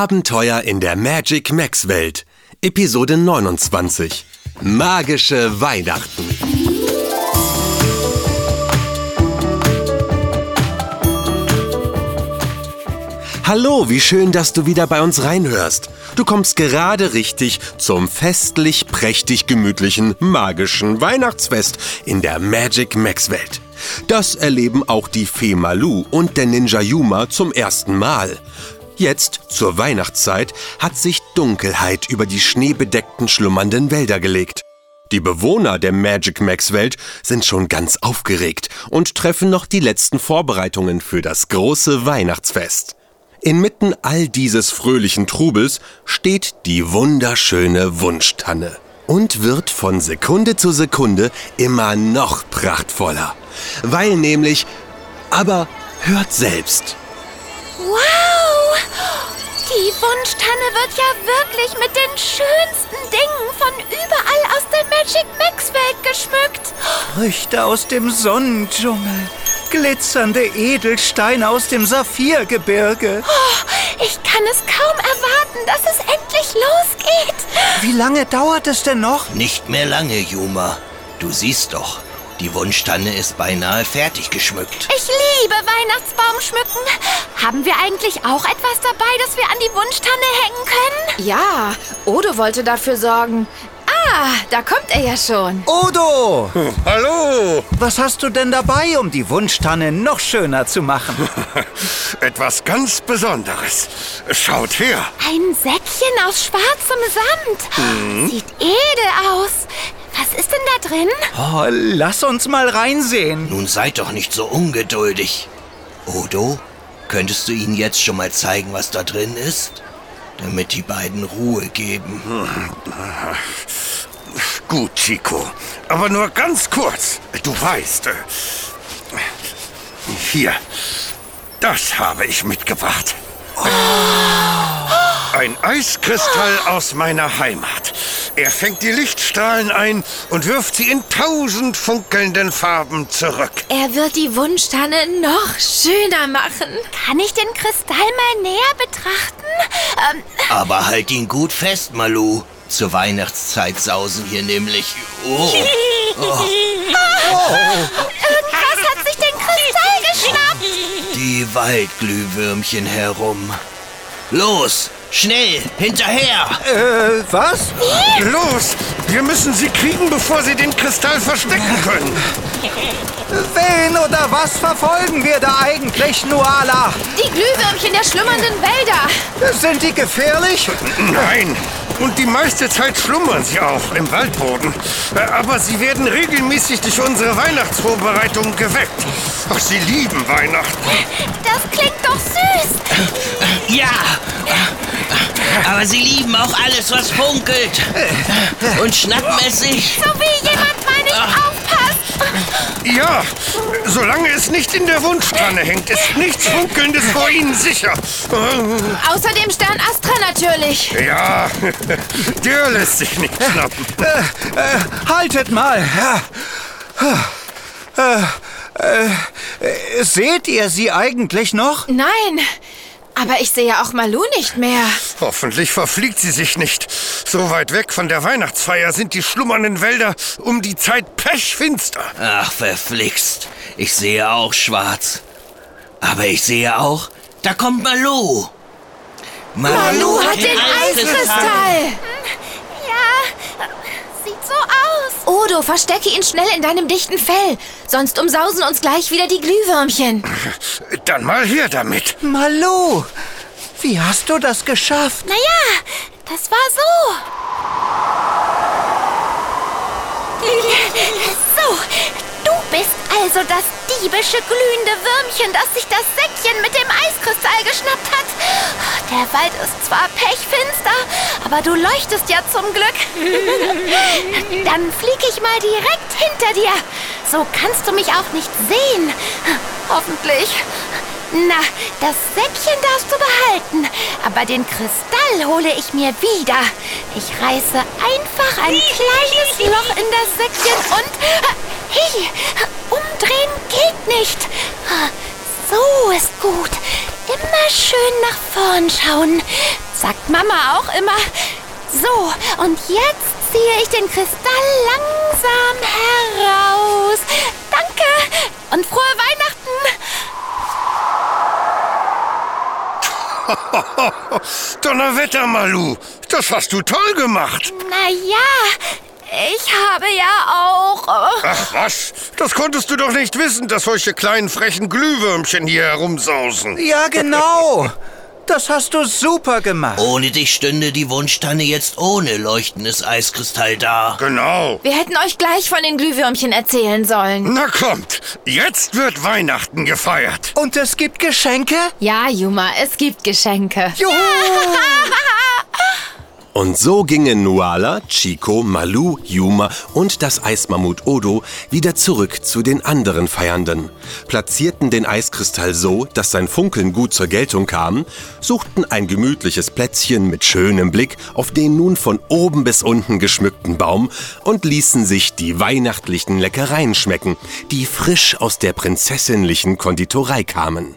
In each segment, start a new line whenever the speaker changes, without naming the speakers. Abenteuer in der Magic Max Welt. Episode 29. Magische Weihnachten. Hallo, wie schön, dass du wieder bei uns reinhörst. Du kommst gerade richtig zum festlich, prächtig, gemütlichen, magischen Weihnachtsfest in der Magic Max Welt. Das erleben auch die Fee Malu und der Ninja Yuma zum ersten Mal. Jetzt, zur Weihnachtszeit, hat sich Dunkelheit über die schneebedeckten, schlummernden Wälder gelegt. Die Bewohner der Magic Max Welt sind schon ganz aufgeregt und treffen noch die letzten Vorbereitungen für das große Weihnachtsfest. Inmitten all dieses fröhlichen Trubels steht die wunderschöne Wunschtanne und wird von Sekunde zu Sekunde immer noch prachtvoller. Weil nämlich, aber hört selbst.
Wow! Die Wunschtanne wird ja wirklich mit den schönsten Dingen von überall aus der Magic Max Welt geschmückt.
Früchte aus dem Sonnendschungel, glitzernde Edelsteine aus dem Saphirgebirge.
Oh, ich kann es kaum erwarten, dass es endlich losgeht.
Wie lange dauert es denn noch?
Nicht mehr lange, Juma. Du siehst doch, die Wunschtanne ist beinahe fertig geschmückt.
Ich liebe Weihnachtsbaumschmücken. Haben wir eigentlich auch etwas dabei, das wir an die Wunschtanne hängen können?
Ja, Odo wollte dafür sorgen. Ah, da kommt er ja schon.
Odo!
Hallo!
Was hast du denn dabei, um die Wunschtanne noch schöner zu machen?
Etwas ganz Besonderes. Schaut her.
Ein Säckchen aus schwarzem Samt. Sieht edel aus. Was ist denn da drin?
Oh, lass uns mal reinsehen.
Nun seid doch nicht so ungeduldig. Odo, könntest du ihnen jetzt schon mal zeigen, was da drin ist? Damit die beiden Ruhe geben.
Gut, Chico. Aber nur ganz kurz. Du weißt. äh, Hier. Das habe ich mitgebracht. Ein Eiskristall aus meiner Heimat. Er fängt die Lichtstrahlen ein und wirft sie in tausend funkelnden Farben zurück.
Er wird die Wunschtanne noch schöner machen.
Kann ich den Kristall mal näher betrachten? Ähm,
Aber halt ihn gut fest, Malu. Zur Weihnachtszeit sausen hier nämlich. Oh,
was hat sich den Kristall geschnappt?
die Waldglühwürmchen herum. Los, schnell, hinterher!
Äh, was?
Los! Wir müssen sie kriegen, bevor sie den Kristall verstecken können.
Wen oder was verfolgen wir da eigentlich, Nuala?
Die Glühwürmchen der schlummernden Wälder.
Sind die gefährlich?
Nein. Und die meiste Zeit schlummern sie auch im Waldboden. Äh, Aber sie werden regelmäßig durch unsere Weihnachtsvorbereitungen geweckt. Ach, sie lieben Weihnachten.
Das klingt doch süß.
Ja! Aber sie lieben auch alles, was funkelt. Und schnappmäßig.
So wie jemand mal nicht aufpasst.
Ja, äh, solange es nicht in der Wunschtanne hängt, ist nichts Funkelndes vor ihnen sicher.
Außerdem Stern Astra natürlich.
Äh, Ja, der lässt sich nicht schnappen.
Haltet mal. Äh, äh, äh, seht ihr sie eigentlich noch?
Nein, aber ich sehe auch Malu nicht mehr.
Hoffentlich verfliegt sie sich nicht. So weit weg von der Weihnachtsfeier sind die schlummernden Wälder um die Zeit pechfinster.
Ach, verflixt. Ich sehe auch schwarz. Aber ich sehe auch, da kommt Malu.
Malu hat den Eiskristall.
Ja, sieht so aus.
Odo, verstecke ihn schnell in deinem dichten Fell. Sonst umsausen uns gleich wieder die Glühwürmchen.
Dann mal her damit.
Malu, wie hast du das geschafft?
Naja, das war so. So, du bist also das diebische glühende Würmchen, das sich das Säckchen mit dem Eiskristall geschnappt hat. Der Wald ist zwar pechfinster, aber du leuchtest ja zum Glück. Dann flieg ich mal direkt hinter dir. So kannst du mich auch nicht sehen. Hoffentlich. Na, das Säckchen darfst du behalten, aber den Kristall hole ich mir wieder. Ich reiße einfach ein kleines Loch in das Säckchen und... äh, Hey, umdrehen geht nicht. So Ah, ist gut. Immer schön nach vorn schauen, sagt Mama auch immer. So, und jetzt ziehe ich den Kristall langsam heraus. Danke und frohe Weihnachten.
Donnerwetter, Malu. Das hast du toll gemacht.
Naja, ich habe ja auch... äh,
Ach was, das konntest du doch nicht wissen, dass solche kleinen frechen Glühwürmchen hier herumsausen.
Ja, genau. Das hast du super gemacht.
Ohne dich stünde die Wunschtanne jetzt ohne leuchtendes Eiskristall da.
Genau.
Wir hätten euch gleich von den Glühwürmchen erzählen
Hm?
sollen.
Na kommt, jetzt wird Weihnachten gefeiert.
Und es gibt Geschenke?
Ja, Juma, es gibt Geschenke.
Juhu!
Und so gingen Nuala, Chico, Malu, Yuma und das Eismammut Odo wieder zurück zu den anderen Feiernden, platzierten den Eiskristall so, dass sein Funkeln gut zur Geltung kam, suchten ein gemütliches Plätzchen mit schönem Blick auf den nun von oben bis unten geschmückten Baum und ließen sich die weihnachtlichen Leckereien schmecken, die frisch aus der prinzessinlichen Konditorei kamen.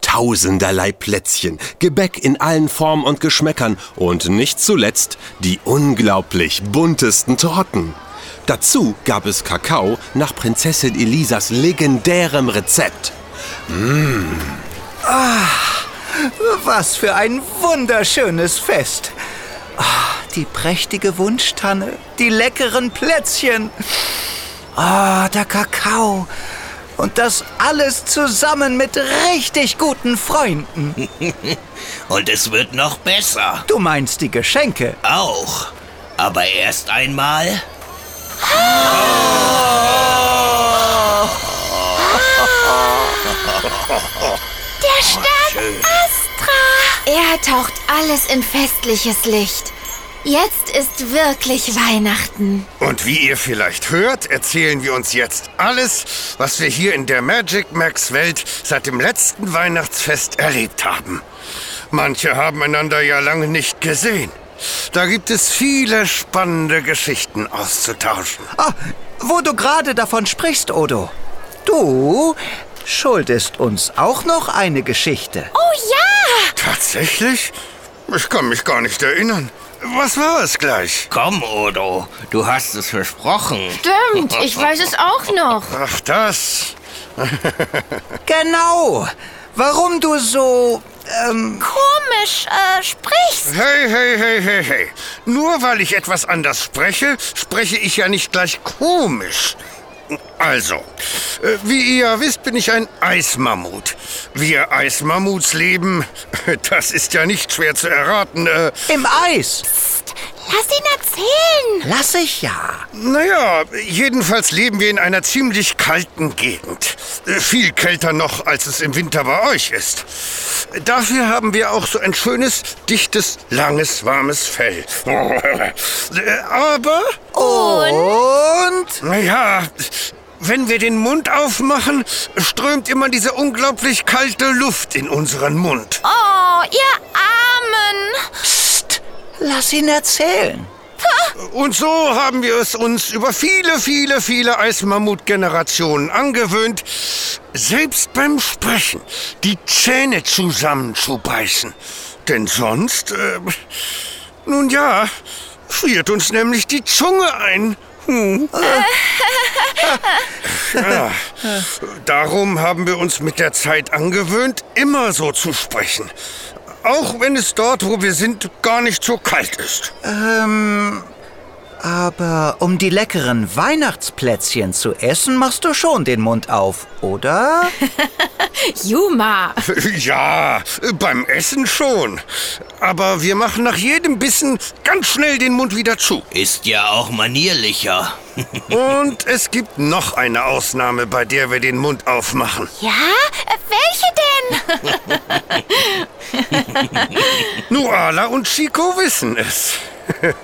Tausenderlei Plätzchen, Gebäck in allen Formen und Geschmäckern und nicht zuletzt die unglaublich buntesten Torten. Dazu gab es Kakao nach Prinzessin Elisas legendärem Rezept.
Was für ein wunderschönes Fest. Ah, die prächtige Wunschtanne, die leckeren Plätzchen. Ah, der Kakao. Und das alles zusammen mit richtig guten Freunden.
Und es wird noch besser.
Du meinst die Geschenke?
Auch. Aber erst einmal
Der Stern Astra.
Er taucht alles in festliches Licht. Jetzt ist wirklich Weihnachten.
Und wie ihr vielleicht hört, erzählen wir uns jetzt alles, was wir hier in der Magic Max Welt seit dem letzten Weihnachtsfest erlebt haben. Manche haben einander ja lange nicht gesehen. Da gibt es viele spannende Geschichten auszutauschen.
Ah, wo du gerade davon sprichst, Odo. Du schuldest uns auch noch eine Geschichte.
Oh ja,
Tatsächlich? Ich kann mich gar nicht erinnern. Was war es gleich?
komm, Odo. Du hast es versprochen.
Stimmt, ich weiß es auch noch.
Ach, das.
Genau. Warum du so... Ähm,
komisch äh, sprichst.
Hey, hey, hey, hey, hey. Nur weil ich etwas anders spreche, spreche ich ja nicht gleich komisch. Also, äh, wie ihr ja wisst, bin ich ein Eismammut. Wir Eismammuts leben, das ist ja nicht schwer zu erraten. Äh,
im Eis.
Lass ihn erzählen.
Lass ich ja.
Naja, jedenfalls leben wir in einer ziemlich kalten Gegend. Äh, Viel kälter noch, als es im Winter bei euch ist. Dafür haben wir auch so ein schönes, dichtes, langes, warmes Fell. Äh, Aber,
Und?
naja, wenn wir den Mund aufmachen, strömt immer diese unglaublich kalte Luft in unseren Mund.
Oh, ihr Armen.
Lass ihn erzählen.
Und so haben wir es uns über viele, viele, viele Eismammut-Generationen angewöhnt, selbst beim Sprechen die Zähne zusammenzubeißen. Denn sonst, äh, nun ja, friert uns nämlich die Zunge ein. Hm. ja, darum haben wir uns mit der Zeit angewöhnt, immer so zu sprechen. Auch wenn es dort, wo wir sind, gar nicht so kalt ist.
Aber um die leckeren Weihnachtsplätzchen zu essen, machst du schon den Mund auf, oder?
Juma.
Ja, beim Essen schon. Aber wir machen nach jedem Bissen ganz schnell den Mund wieder zu.
Ist ja auch manierlicher.
Und es gibt noch eine Ausnahme, bei der wir den Mund aufmachen.
Ja, äh, welche denn?
Nuala und Chico wissen es.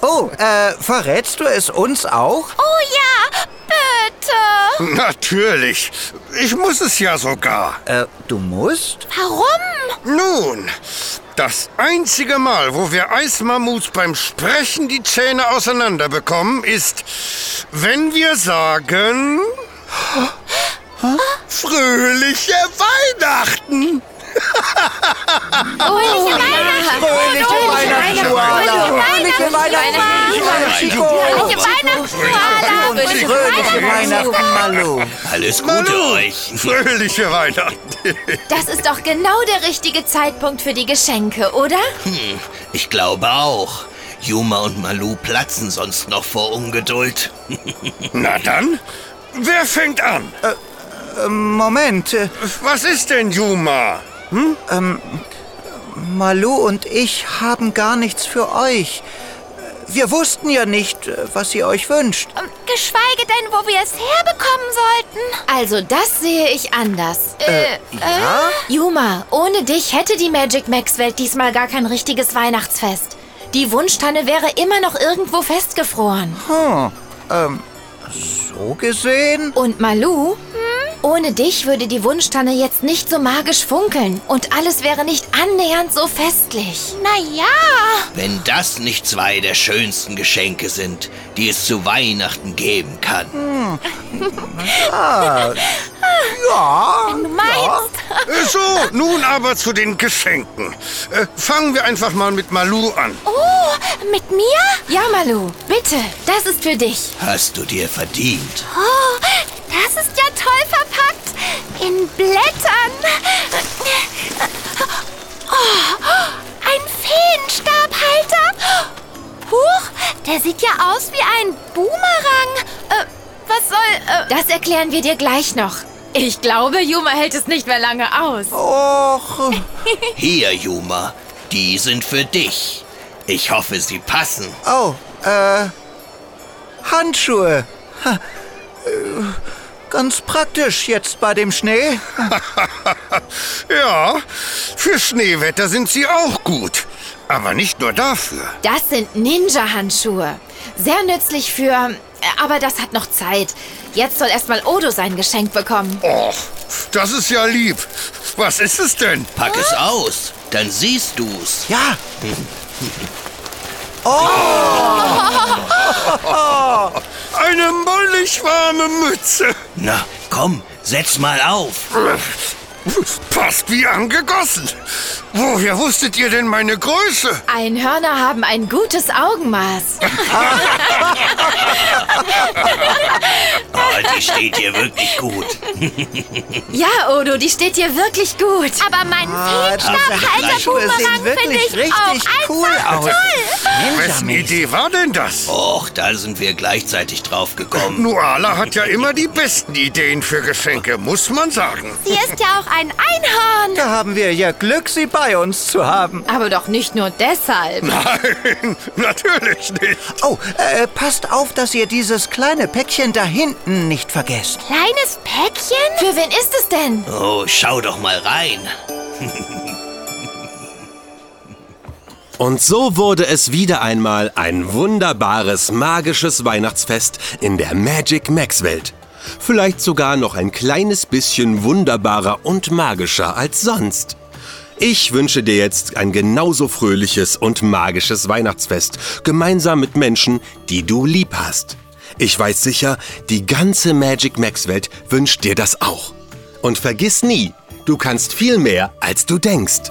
Oh, äh, verrätst du es uns auch?
Oh ja, bitte.
Hm? Natürlich. Ich muss es ja sogar.
Äh, du musst?
Warum?
Nun, das einzige Mal, wo wir Eismammuts beim Sprechen die Zähne auseinander bekommen, ist, wenn wir sagen... Fröhliche Weihnachten!
Fröhliche
Weihnachten,
Fröhliche
Frodo!
Frodo!
Weihnachten, Koala! Fröhliche Weihnachten, Koala, Chico!
Fröhliche Weihnachten, Koala!
Und
Fröhliche
fröhliche
Weihnachten.
Weihnachten, um Malu!
Alles Gute
Malu,
euch.
Fröhliche Weihnachten.
Das ist doch genau der richtige Zeitpunkt für die Geschenke, oder?
Hm, ich glaube auch. Juma und Malu platzen sonst noch vor Ungeduld.
Na dann, wer fängt an?
Moment, äh,
Was ist denn Juma?
Malu und ich haben gar nichts für euch. Wir wussten ja nicht, äh, was ihr euch wünscht.
Ähm,
Und geschweige denn, wo wir es herbekommen sollten.
Also, das sehe ich anders.
Äh,
Ja?
Juma, ohne dich hätte die Magic Max Welt diesmal gar kein richtiges Weihnachtsfest. Die Wunschtanne wäre immer noch irgendwo festgefroren.
So gesehen?
Und Malu? Ohne dich würde die Wunschtanne jetzt nicht so magisch funkeln und alles wäre nicht annähernd so festlich.
naja.
Wenn das nicht zwei der schönsten Geschenke sind, die es zu Weihnachten geben kann.
Ja.
Du meinst,
Äh, So, nun aber zu den Geschenken. Äh, fangen wir einfach mal mit Malu an.
oh, mit mir?
Ja, Malu, bitte, das ist für dich.
Hast du dir verdient.
Oh, das ist ja toll verpackt. In Blättern. Oh, ein Feenstabhalter. Huch, der sieht ja aus wie ein Boomerang. Äh, was soll... Äh,
Das erklären wir dir gleich noch. Ich glaube, Juma hält es nicht mehr lange aus.
Och. äh,
Hier, Juma, die sind für dich. Ich hoffe, sie passen.
Oh, äh. Handschuhe. Ha, äh, Ganz praktisch jetzt bei dem Schnee.
Ja, für Schneewetter sind sie auch gut. Aber nicht nur dafür.
Das sind Ninja-Handschuhe. Sehr nützlich für... äh, Aber das hat noch Zeit. Jetzt soll erstmal Odo sein Geschenk bekommen.
Och, das ist ja lieb. Was ist es denn?
Pack es aus, dann siehst du's.
Ja.
Eine mollig warme Mütze.
Na, komm, setz mal auf.
Passt wie angegossen. Woher wusstet ihr denn meine Größe?
Einhörner haben ein gutes Augenmaß.
Ah, die steht dir wirklich gut.
Ja, Odo, die steht dir wirklich gut.
aber mein
Ah, die Handschuhe
Feenstabhalter-Boomerang
sehen
finde
wirklich
ich auch
richtig
einfach
cool aus.
Wessen Idee war denn das?
Och, da sind wir gleichzeitig drauf gekommen.
Nuala hat ja immer die besten Ideen für Geschenke, muss man sagen.
Sie ist ja auch ein Einhorn.
Da haben wir ja Glück, sie bei uns zu haben.
Aber doch nicht nur deshalb.
Nein, natürlich nicht.
Oh, äh, passt auf, dass ihr dieses kleine Päckchen da hinten nicht vergesst.
Kleines Päckchen?
Für wen ist es denn?
Oh, schau doch mal rein.
Und so wurde es wieder einmal ein wunderbares, magisches Weihnachtsfest in der Magic Max Welt. Vielleicht sogar noch ein kleines bisschen wunderbarer und magischer als sonst. Ich wünsche dir jetzt ein genauso fröhliches und magisches Weihnachtsfest, gemeinsam mit Menschen, die du lieb hast. Ich weiß sicher, die ganze Magic Max Welt wünscht dir das auch. Und vergiss nie, du kannst viel mehr, als du denkst.